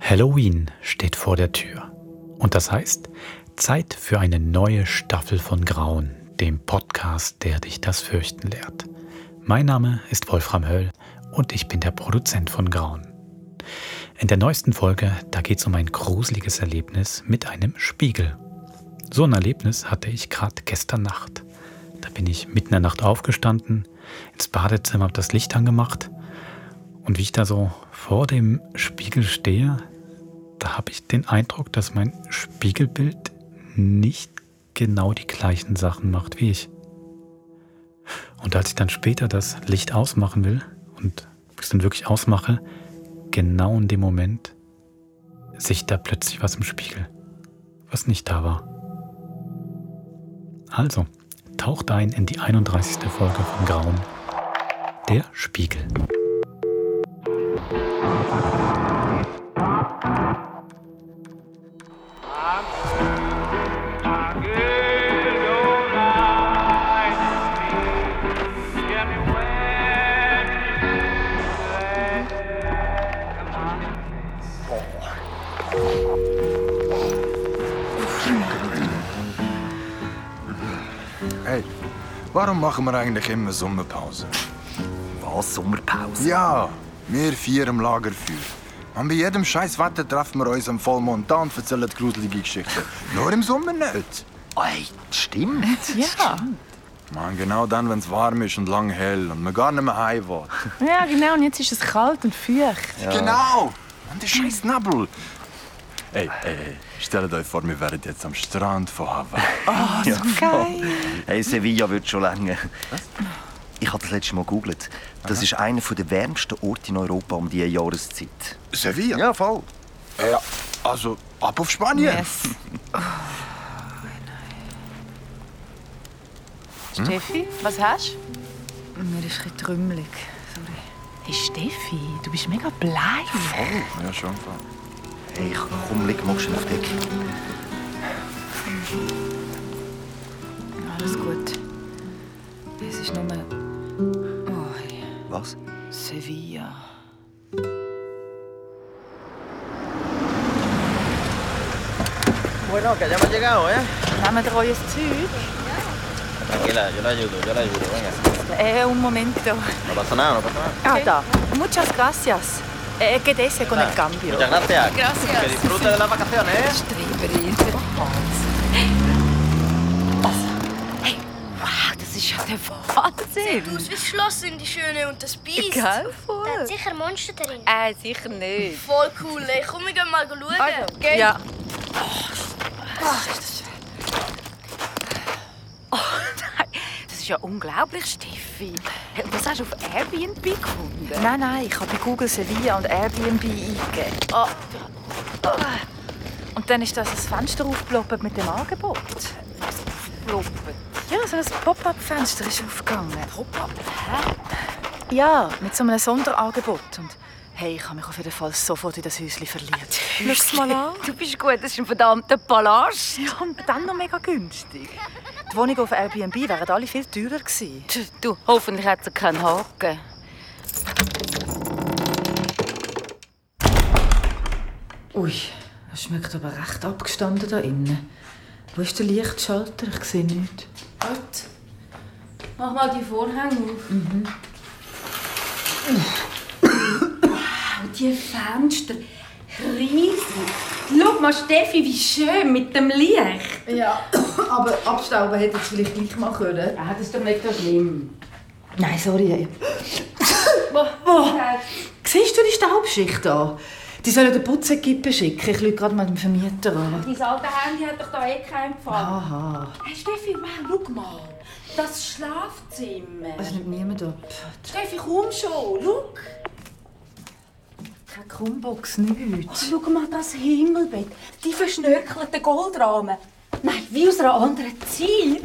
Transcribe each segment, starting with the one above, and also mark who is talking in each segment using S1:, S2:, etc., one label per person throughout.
S1: Halloween steht vor der Tür. Und das heißt, Zeit für eine neue Staffel von Grauen, dem Podcast, der dich das Fürchten lehrt. Mein Name ist Wolfram Höll und ich bin der Produzent von Grauen. In der neuesten Folge, da geht es um ein gruseliges Erlebnis mit einem Spiegel. So ein Erlebnis hatte ich gerade gestern Nacht. Da bin ich mitten in der Nacht aufgestanden, ins Badezimmer, habe das Licht angemacht und wie ich da so vor dem Spiegel stehe, da habe ich den Eindruck, dass mein Spiegelbild nicht genau die gleichen Sachen macht wie ich. Und als ich dann später das Licht ausmachen will und es dann wirklich ausmache, genau in dem Moment sehe ich da plötzlich was im Spiegel, was nicht da war. Also, taucht ein in die 31. Folge von Grauen, der Spiegel.
S2: Hey, warum machen wir eigentlich immer Sommerpause?
S3: Was, Oh, Sommerpause?
S2: Ja, wir vier am Lagerfeuer. Und bei jedem scheiß Wetter treffen wir uns am Vollmond an und erzählen gruselige Geschichten. Nur im Sommer nicht.
S3: Ey, Oh, stimmt.
S4: Ja.
S2: Man, genau dann, wenn es warm ist und lang hell und man gar nicht mehr heim will.
S4: ja, genau. Und jetzt ist es kalt und feucht.
S2: Genau! Und der scheiß Nebel. Ey, ey, ey, stellt euch vor, wir wären jetzt am Strand von Hawaii.
S4: Geil.
S3: Hey, Sevilla wird schon länger. Ich habe das letzte Mal gegoogelt. Das ist einer der wärmsten Orte in Europa um diese Jahreszeit.
S2: Sevilla?
S3: Ja, voll.
S2: Ja, also ab auf Spanien.
S4: Yes. Oh, Steffi, was hast du?
S5: Mir ist ein trümmelig. Sorry.
S4: Hey Steffi, du bist mega bleich.
S2: Ja, schon. voll.
S3: Hey, komm, leg mal schnell auf die Decke.
S5: Alles gut. Es ist nur. Oh, hey.
S3: Was?
S5: Sevilla.
S6: Bueno, que ya hemos llegado, ¿eh?
S4: Nehmt ihr euer Zeug?
S6: Tranquila, yo la ayudo, yo la ayudo, venga.
S4: Eh, un momento.
S6: No pasa nada, no pasa nada.
S4: Ah, da. Muchas gracias. Eh, quédese con el cambio.
S6: Muchas gracias.
S5: Gracias.
S6: Que disfrute de las vacaciones, ¿eh?
S5: Streberin. Hey, wow, das ist ja der Wahnsinn.
S7: Aus wie das Schloss sind die Schöne und das Biest.
S5: Gell,
S7: Da
S5: voll.
S7: hat sicher Monster drin.
S5: Äh, sicher nicht.
S7: Voll cool, ey. Komm, wir gehen mal schauen.
S8: Also,
S5: Ja. Oh, Das ist ja unglaublich, Steffi. Das hast du auf Airbnb gefunden.
S4: Nein, nein, ich habe bei Google Sevilla und Airbnb eingegeben.
S5: Oh.
S4: Ah. Ah. Und dann ist das ein Fenster aufgeploppt mit dem Angebot.
S5: Bloppen.
S4: Ja, so ein Pop-up-Fenster ist aufgegangen.
S5: Pop-up. Hä?
S4: Ja, mit so einem Sonderangebot. Und hey, ich habe mich auf jeden Fall sofort in das Häuschen verliebt. Schau's mal an.
S5: Du bist gut, das ist ein verdammter Palast.
S4: Ja, und dann noch mega günstig. Die Wohnungen auf Airbnb wären alle viel teurer gewesen.
S5: Du, du, hoffentlich hat er keinen Haken.
S4: Ui, das schmeckt aber recht abgestanden da innen. Wo ist der Lichtschalter? Ich sehe nichts.
S9: Halt. Mach mal die Vorhänge auf. Wow, die Fenster. Riesig. Schau mal, Steffi, wie schön mit dem Licht.
S10: Ja, aber abstauben hätte ich vielleicht gleich mal können.
S4: Ah,
S9: Ja, das ist doch nicht so schlimm.
S10: Nein, sorry.
S9: Boah.
S10: Siehst du die Staubschicht da? Die sollen eine Putzekippe schicken. Ich lüge gerade mal dem Vermieter an.
S9: Dein alte Handy hat doch da eh keinen Empfang.
S10: Aha,
S9: Hey, Steffi, wow, schau mal. Das Schlafzimmer.
S10: es nimmt Also niemand ab.
S9: Steffi, komm schon, schau.
S10: Keine Kumbox, nichts.
S9: Schau mal das Himmelbett, die verschnörkelten Goldrahmen. Nein, wie aus einer anderen Zeit.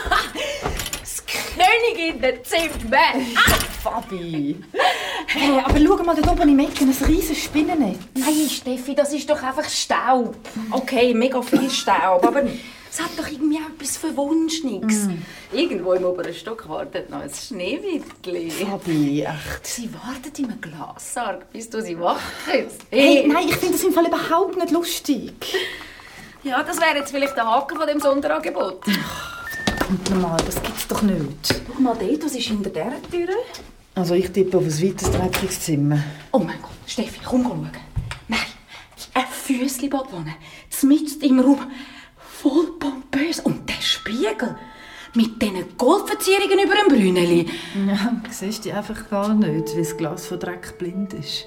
S9: das Königin der Zimmer.
S10: Fabi! Hey, aber schau mal dort oben im Ecken, ein riesiges Spinnennetz.
S9: Nein, Steffi, das ist doch einfach Staub. Okay, mega viel Staub, aber Es hat doch irgendwie auch etwas Verwunschniges. Irgendwo im oberen Stock wartet noch ein Schneewittli.
S4: Fabi, echt.
S9: Sie wartet in einem Glassarg, bis du sie wachküsst.
S4: Hey, nein, ich finde das im Fall überhaupt nicht lustig.
S9: Ja, das wäre jetzt vielleicht der Haken von dem Sonderangebot.
S4: Kommt mal, das gibt's doch nicht.
S9: Schau mal, dort, was ist hinter dieser Tür?
S4: Also ich tippe auf ein weites Dreckungszimmer.
S9: Oh mein Gott, Steffi, komm schauen. Nein, ein Füßli-Badwanne, mitten im Raum, voll pompös. Und der Spiegel mit diesen Goldverzierungen über dem Brünneli.
S4: Ja, siehst du einfach gar nicht, weil das Glas von Dreck blind ist.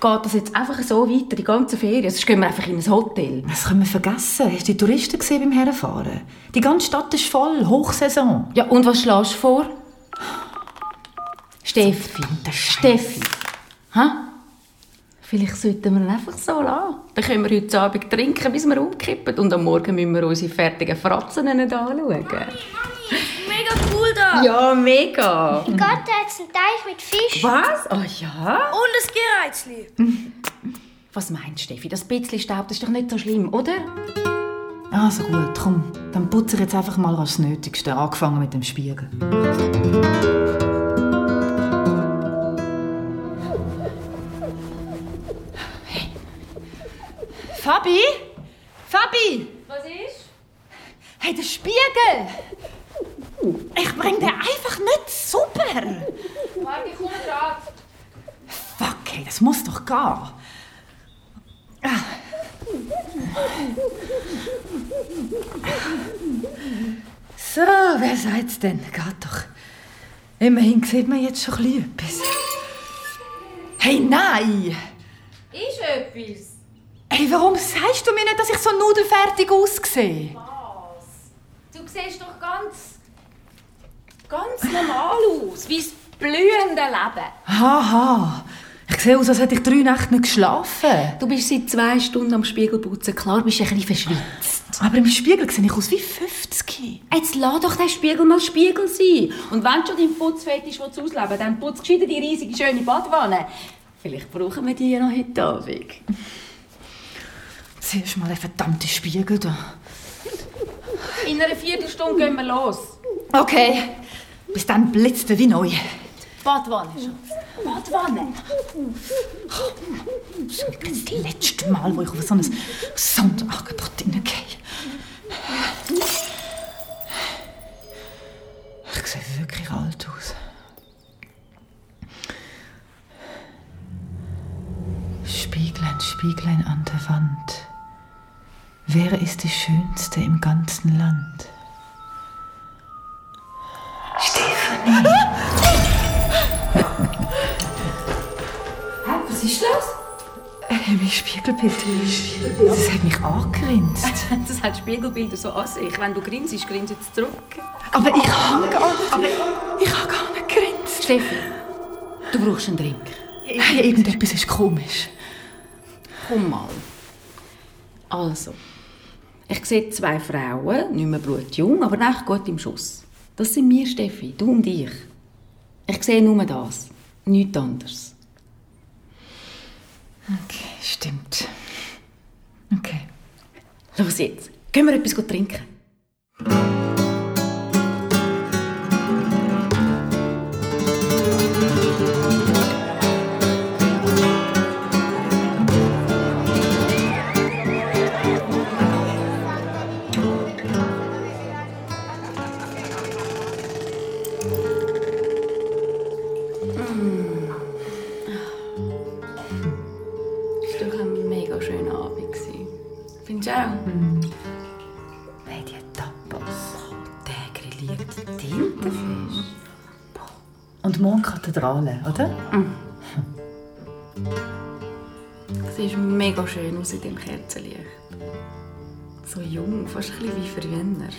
S9: Geht das jetzt einfach so weiter, die ganze Ferien? Sonst gehen wir einfach in ein Hotel.
S4: Das können wir vergessen. Hast du die Touristen gesehen beim Herfahren? Die ganze Stadt ist voll, Hochsaison.
S9: Ja, und was schlägst du vor? Steffi, Steffi. Ha? Vielleicht sollten wir ihn einfach so lassen. Dann können wir heute Abend trinken, bis wir umkippen. Und am Morgen müssen wir unsere fertigen Fratzen nicht anschauen.
S11: ist mega cool da.
S9: Ja, mega.
S11: Im Garten hat es einen Teich mit Fisch.
S9: Was? Oh ja.
S11: Und ein Gereizli.
S9: Was meinst du, Steffi? Das bisschen Staub das ist doch nicht so schlimm, oder?
S4: Also gut, komm. Dann putze ich jetzt einfach mal was Nötigste. Angefangen mit dem Spiegel. Fabi? Fabi?
S9: Was ist?
S4: Hey, der Spiegel! Ich bring den einfach nicht super!
S9: Warte, komm dran.
S4: Fuck, hey, das muss doch gehen. Ah. So, wer seid's denn? Geht doch. Immerhin sieht man jetzt schon ein bisschen etwas. Hey, nein!
S9: Ist etwas?
S4: Hey, warum sagst du mir nicht, dass ich so nudelfertig aussehe?
S9: Du siehst doch ganz... ganz normal aus. Wie das blühende Leben.
S4: Haha, ich sehe aus, als hätte ich drei Nächte nicht geschlafen.
S9: Du bist seit zwei Stunden am Spiegelputzen. Klar bist du ein bisschen verschwitzt.
S4: Aber im Spiegel sehe ich aus wie 50.
S9: Jetzt lass doch den Spiegel mal Spiegel sein. Und wenn du schon deinen Putzfetisch willst ausleben dann putz gescheiter die riesige, schöne Badwanne. Vielleicht brauchen wir die ja noch heute Abend.
S4: Zuerst mal den verdammten Spiegel da.
S9: In einer Viertelstunde gehen wir los.
S4: Okay, bis dann blitzt er wie neu.
S9: Badwanne schon. Badwanne.
S4: Das letzte Mal, wo ich auf so ein Sonderangebot hineingehe. Ich sehe wirklich alt aus. Spieglein, Spieglein an der Wand. Wer ist die Schönste im ganzen Land?
S9: Was ist das?
S4: Hey, mein Spiegelbild. Das hat mich angegrinst.
S9: Das hat Spiegelbilder so an sich. Wenn du grinsest, grinst es zurück.
S4: Aber ich habe gar, aber ich habe gar nicht gegrinst.
S9: Steffi, du brauchst einen Drink.
S4: Hey, irgendetwas ist komisch.
S9: Komm mal. Also, ich sehe zwei Frauen, nicht mehr blutjung, aber echt gut im Schuss. Das sind wir, Steffi, du und ich. Ich sehe nur das, nichts anderes.
S4: Okay, stimmt. Okay.
S9: Los jetzt, gehen wir etwas gut trinken. Mm. Ah. Es war doch ein mega schöner Abend. gewesen. Findest du auch? Mhm. Hey, die Tapas. Der grillierte Tintenfisch.
S4: Und morgen Kathedrale, oder?
S9: Sie ist mega schön aus in dem Kerzenlicht. So jung, fast ein bisschen wie früher.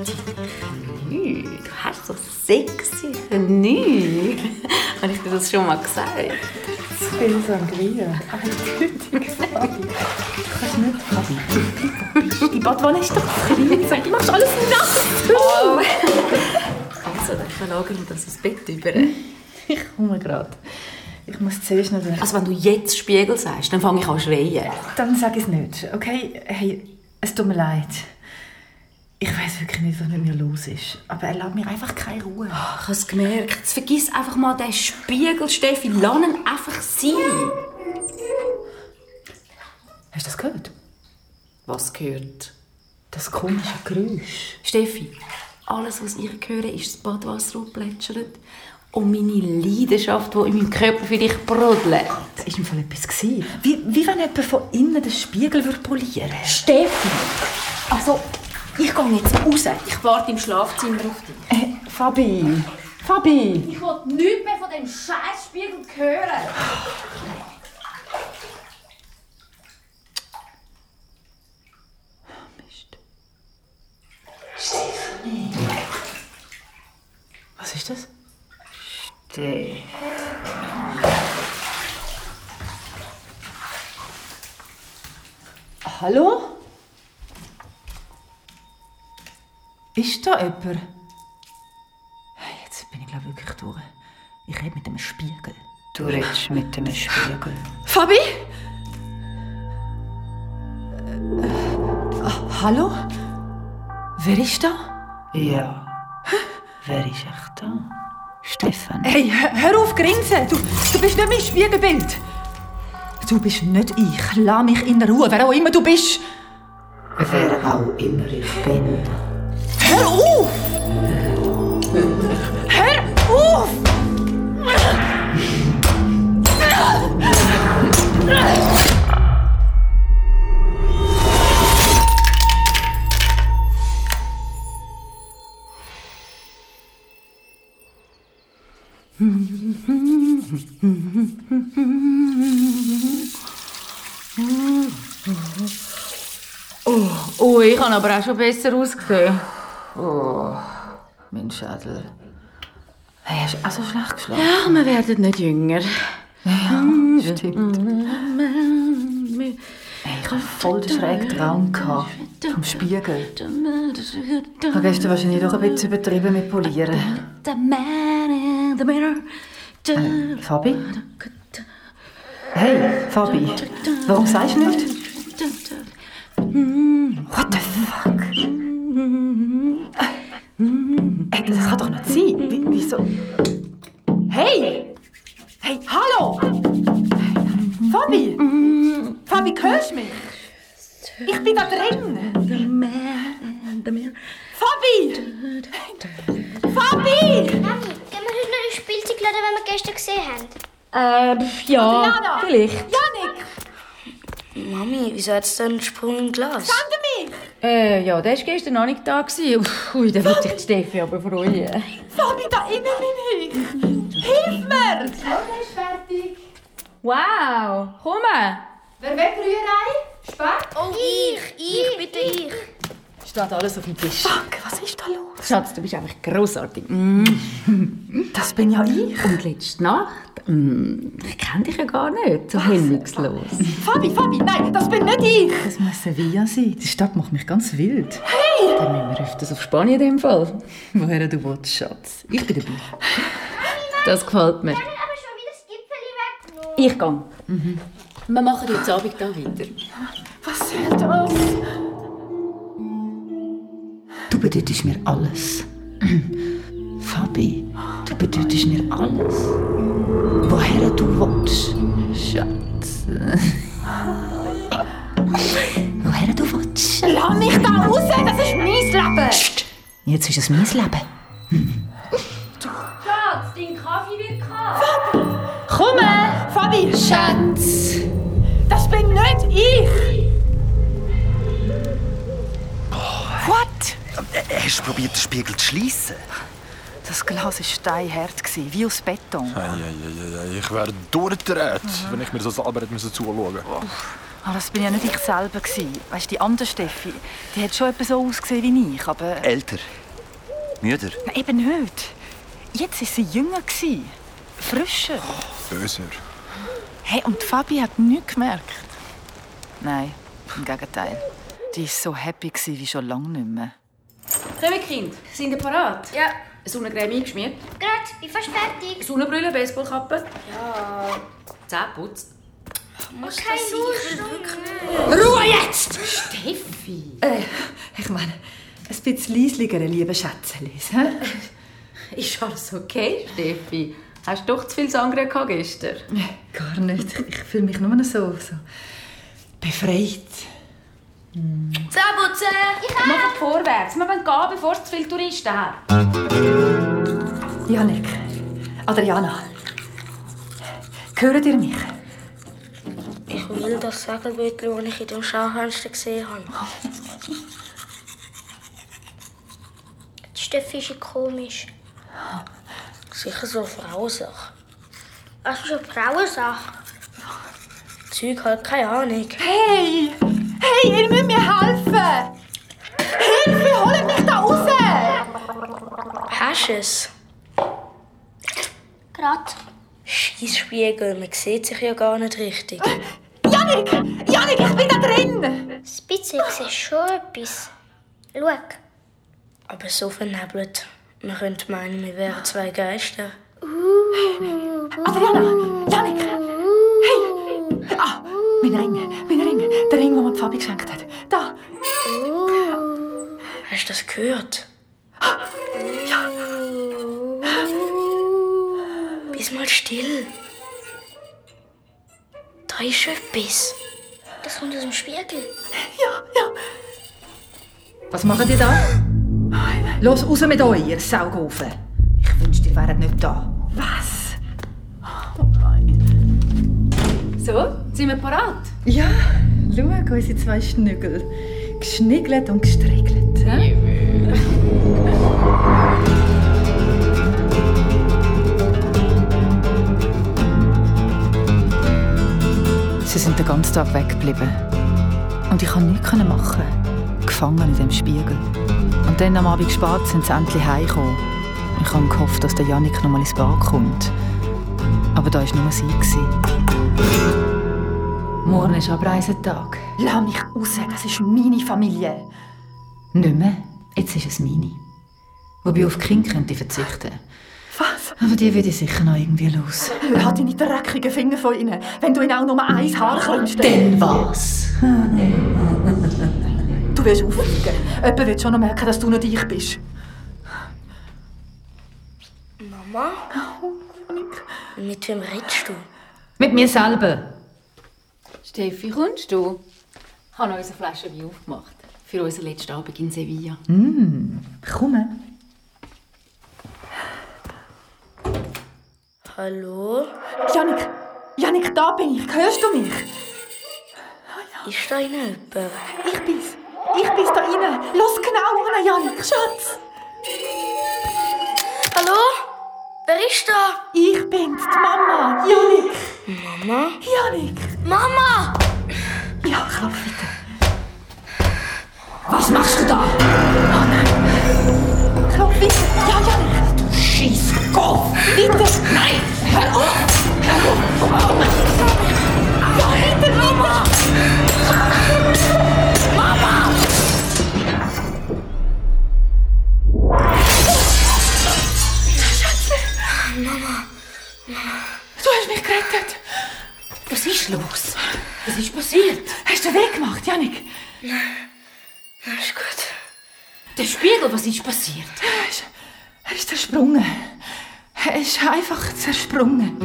S9: Die Knie, du hast so sexy Knie. Habe ich dir das schon mal gesagt?
S4: Viel Sangria. Eindeutig. Die Badwanne ist doch klein. Sag, Du machst alles nass.
S9: Also, dann verlagern wir das ins Bett über.
S4: Ich komme gerade. Ich muss zuerst noch...
S9: Also wenn du jetzt Spiegel sagst, dann fange ich an zu schreien.
S4: Dann sag es nicht, okay? Hey, es tut mir leid. Ich weiß wirklich nicht, was mit mir los ist. Aber er lässt mir einfach keine Ruhe.
S9: Ich habe es gemerkt. Jetzt Vergiss einfach mal den Spiegel, Steffi. Lass ihn einfach sein.
S4: Hast du das gehört?
S9: Was gehört?
S4: Das komische Geräusch.
S9: Steffi, alles, was ich höre, ist das Badwasser plätschert und meine Leidenschaft, die in meinem Körper für dich brodelt.
S4: Das war im Fall etwas. Gewesen. Wie, wie wenn jemand von innen den Spiegel würde polieren würde.
S9: Steffi! Also, ich gehe jetzt raus. Ich warte im Schlafzimmer auf dich.
S4: Fabi! Fabi!
S11: Ich will nichts mehr von dem scheiß Spiegel hören.
S4: Was ist das? Steh. Hallo? Ist da jemand? Hey, Jetzt bin ich glaube ich wirklich durch. Ich rede mit dem Spiegel.
S8: Du redest mit dem Spiegel.
S4: Fabi? Äh, ah, hallo? Wer ist da?
S8: Ja. Wer ist echt da? Stefan.
S4: Hey, hör hör auf grinsen! Du, du bist nicht mein Spiegelbild! Du bist nicht ich. Lass mich in Ruhe, wer auch immer du bist.
S8: Wer auch immer ich bin.
S4: Hör auf! Hör auf!
S9: Oh, ich habe aber auch schon besser ausgesehen.
S8: Oh, Mein Schädel. Hey, hast du auch so schlecht geschlafen?
S9: Ja, wir werden nicht jünger.
S8: Stimmt. Hey, ich hatte voll den schrägen Traum. gehabt. Vom Spiegel. Ich habe gestern wahrscheinlich doch ein bisschen übertrieben mit Polieren.
S9: The man in the mirror.
S8: Fabi? Hey, Fabi. Warum sagst du nicht? What the fuck? Hey, das kann doch nicht sein. Wie- Wieso? Hey! Hey, hallo! Fabi! Fabi, hörst du mich? Ich bin da drin!
S9: The man in the mirror.
S8: Fabi! Fabi!
S11: Mami, gehen wir heute noch ins Spielzeug laden, wenn wir gestern gesehen haben?
S12: Äh, pf, ja,
S8: Adriana!
S12: vielleicht.
S8: Janik!
S12: Mami, wieso hat's denn einen Sprung im Glas?
S8: Hände mich!
S12: Äh, ja, der war gestern noch nicht da. gewesen. Uff, Ui, da wird sich die Steffi aber freuen.
S8: Fabi, da innen bin ich! Hilf mir!
S11: Okay, ist fertig.
S12: Wow, komm!
S11: Wer will Rührei? Speck? Oh, ich, ich, bitte ich.
S12: Steht alles auf dem Tisch.
S8: Fuck, was ist da los?
S12: Schatz, du bist einfach grossartig. Mm.
S8: Das bin ja ich!
S12: Und letzte Nacht, mm, ich kenne dich ja gar nicht, so hemmungslos.
S8: Fabi, Fabi, nein, das bin nicht ich!
S4: Das muss Sevilla sein. Die Stadt macht mich ganz wild.
S12: Dann müssen wir öfters auf Spanien in dem Fall.
S4: Woher du willst, Schatz. Ich bin dabei.
S12: Das gefällt mir.
S11: Aber schon wieder das Gipfeli weggenommen.
S12: Ich gehe. Wir machen jetzt Abend da weiter.
S8: Was soll das?
S4: Du bedeutest mir alles. Fabi, du bedeutest mir alles. Woher du willst. Schatz. Woher du willst.
S8: Lass mich da raus, das ist mein Leben!
S4: Jetzt ist es mein Leben.
S12: Schatz, dein Kaffee wird kalt.
S8: Komm, Fabi! Schatz! Das bin nicht ich! What?
S3: Äh, Hast du probiert, den Spiegel zu schliessen?
S4: Das Glas war steinhart, wie aus Beton.
S2: Eieieiei, Ich wäre durchgedreht,
S13: Mhm.
S2: wenn ich mir so selber hätte müssen zuschauen
S13: Oh.
S4: Aber das bin ja nicht ich selber. gewesen. Weißt du, die andere Steffi, die hat schon etwa so ausgesehen wie ich, aber
S3: Älter? Müder?
S4: Nein, eben nicht. Jetzt war sie jünger. gewesen. Frischer.
S2: Böser.
S4: Hey, und Fabi hat nichts gemerkt. Nein, im Gegenteil. Die war so happy gewesen wie schon lange nicht mehr.
S9: Kommen, Kind, sind ihr parat?
S14: Ja,
S9: Sonnencreme eingeschmiert.
S11: Gerade, ich bin fast fertig.
S9: Sonnenbrille, Baseballkappe.
S11: Ja.
S9: Zähneputz.
S11: Muss okay, das sein?
S4: Ruhe jetzt!
S9: Steffi!
S4: Äh, ich meine, ein bisschen leisliger, liebe Schätzelis. hä?
S9: Ist alles okay, Steffi? Hast du doch zu viel Sangria gehabt gestern?
S4: Gar nicht. Ich fühle mich nur noch so, so befreit.
S11: Zähneputzen! Ich
S9: Machen vorwärts. Wir wollen gehen, bevor es zu viele Touristen haben.
S4: Janik. Oder Jana. Hört ihr mich?
S7: Ich will das Segelbötchen, das ich in dem Schaufenster gesehen habe. Die Steffi ist ja komisch. Sicher so eine Frauensache.
S11: Also
S7: Was ist eine Frauensache? Zeug halt keine Ahnung.
S8: Hey! Hey, ihr müsst mir helfen! Hilfe, holt mich da raus!
S7: Hast du es?
S11: Gerade.
S7: Scheiß Spiegel, man sieht sich ja gar nicht richtig.
S8: Janik! Janik, ich bin da drin!
S7: Das bisschen siehst schon etwas. Schau. Aber so vernebelt. Man könnte meinen, wir wären zwei Geister.
S8: Adriana! Janik! Hey! Ah, mein Ring, mein Ring. Der Ring, den mir die Fabi geschenkt hat. Da!
S7: Hast du das gehört? Ja. Bist mal still. Da ist etwas. Das kommt aus dem Spiegel.
S8: Ja, ja.
S4: Was machen die da? Los, raus mit euch, ihr Saugofen. Ich wünschte, ihr wäret nicht da. Was?
S9: So, sind wir parat?
S4: Ja, schau, unsere zwei Schnügel. Geschniegelt und gestriegelt. hä?
S13: Sie sind den ganzen Tag weggeblieben. Und ich konnte nichts machen. Gefangen in dem Spiegel. Und dann am Abend spät sind sie endlich heimgekommen. Ich habe gehofft, dass der Janik noch mal ins Bad kommt. Aber da war nur sie. Gewesen. Morgen ist Abreisetag.
S4: Lass mich raus, das ist meine Familie.
S13: Nicht mehr. Jetzt ist es meine. Wobei auf die Kinder könnte ich verzichten.
S4: Was?
S13: Aber die werde ich sicher noch irgendwie los.
S4: Lass deine dreckigen Finger von ihnen, wenn du ihnen auch nur ein Haar krümmst.
S13: Denn was?
S4: Du wirst auffliegen. Jemand wird schon noch merken, dass du nicht ich bist.
S7: Mama? Mit wem redest du?
S13: Mit mir selber.
S9: Steffi, kommst du? Ich habe unsere Flasche Wein aufgemacht. Für unseren letzten Abend in Sevilla.
S4: Mm, komm.
S7: Hallo?
S4: Janik, Janik, da bin ich. Hörst du mich?
S7: Ist da jemand?
S4: Ich bin's. Ich bin's da rein. Los genau hin, Janik. Schatz.
S7: Hallo? Wer ist da?
S4: Ich bin's, die Mama. Janik.
S7: Mama?
S4: Janik.
S7: Mama!
S4: Ja, klopf bitte. Was machst du da? Oh nein. Klopf bitte. Ja, Janik. Du schießt Kopf. Bitte. Nein. Hör auf. Hör auf. Oh Ja, bitte, Mama. Mama.
S7: Mama,
S4: Du hast mich gerettet.
S9: Was ist los? Was ist passiert?
S4: Hast du den Weg gemacht, Janik?
S7: na, ist gut.
S9: Der Spiegel, was ist passiert?
S4: Er ist, er ist zersprungen. Er ist einfach zersprungen.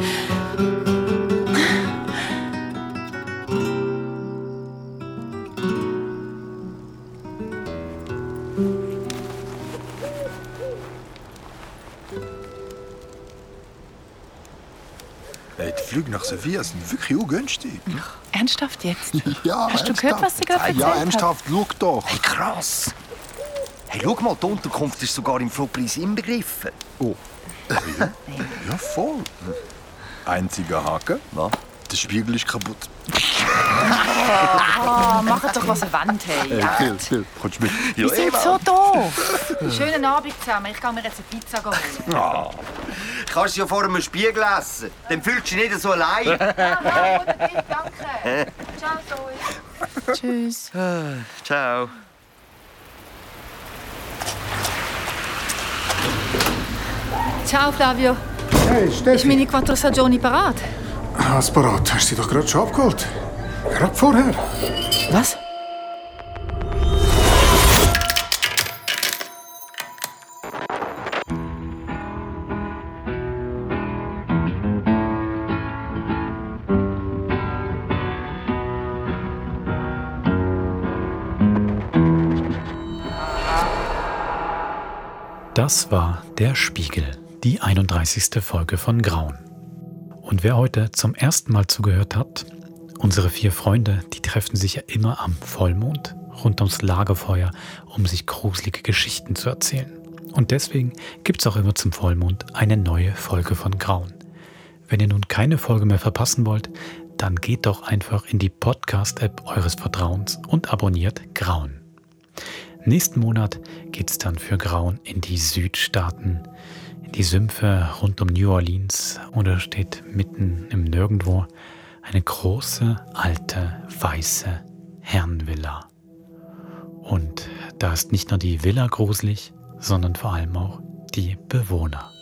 S2: Hey, die Flüge nach Sevilla sind wirklich ungünstig.
S13: Ernsthaft jetzt?
S2: Ja,
S13: Hast du gehört, was sie gerade
S2: Ah,
S13: erzählt
S2: Ja,
S13: hat?
S2: ernsthaft, schau doch.
S3: Hey, krass! Hey, schau mal, die Unterkunft ist sogar im Flugpreis inbegriffen.
S2: Oh. Ja, ja voll. Einziger Haken.
S3: Was?
S2: Der Spiegel ist kaputt.
S13: Ah, macht doch was ihr wollt, hey.
S2: Hey, Phil, Phil, kommst du mit?
S13: Die sind so doof.
S14: Schönen Abend zusammen. Ich gehe mir jetzt eine Pizza holen.
S3: Ah. Kannst du ja vor einem Spiegel essen. Dann fühlst du dich nicht so allein. danke.
S14: Ciao, Zoe.
S13: Tschüss.
S3: Ciao.
S14: Ciao, Flavio.
S15: Hey, Steffi.
S14: Ist meine Quattrossagioni parat?
S15: Hast parat? Hast sie doch gerade schon abgeholt. Gerade vorher.
S14: Was?
S1: Das war Der Spiegel, die 31. Folge von Grauen. Und wer heute zum ersten Mal zugehört hat, unsere vier Freunde, die treffen sich ja immer am Vollmond rund ums Lagerfeuer, um sich gruselige Geschichten zu erzählen. Und deswegen gibt es auch immer zum Vollmond eine neue Folge von Grauen. Wenn ihr nun keine Folge mehr verpassen wollt, dann geht doch einfach in die Podcast-App eures Vertrauens und abonniert Grauen. Nächsten Monat geht's dann für Grauen in die Südstaaten, in die Sümpfe rund um New Orleans und da steht mitten im Nirgendwo eine große, alte, weiße Herrenvilla. Und da ist nicht nur die Villa gruselig, sondern vor allem auch die Bewohner.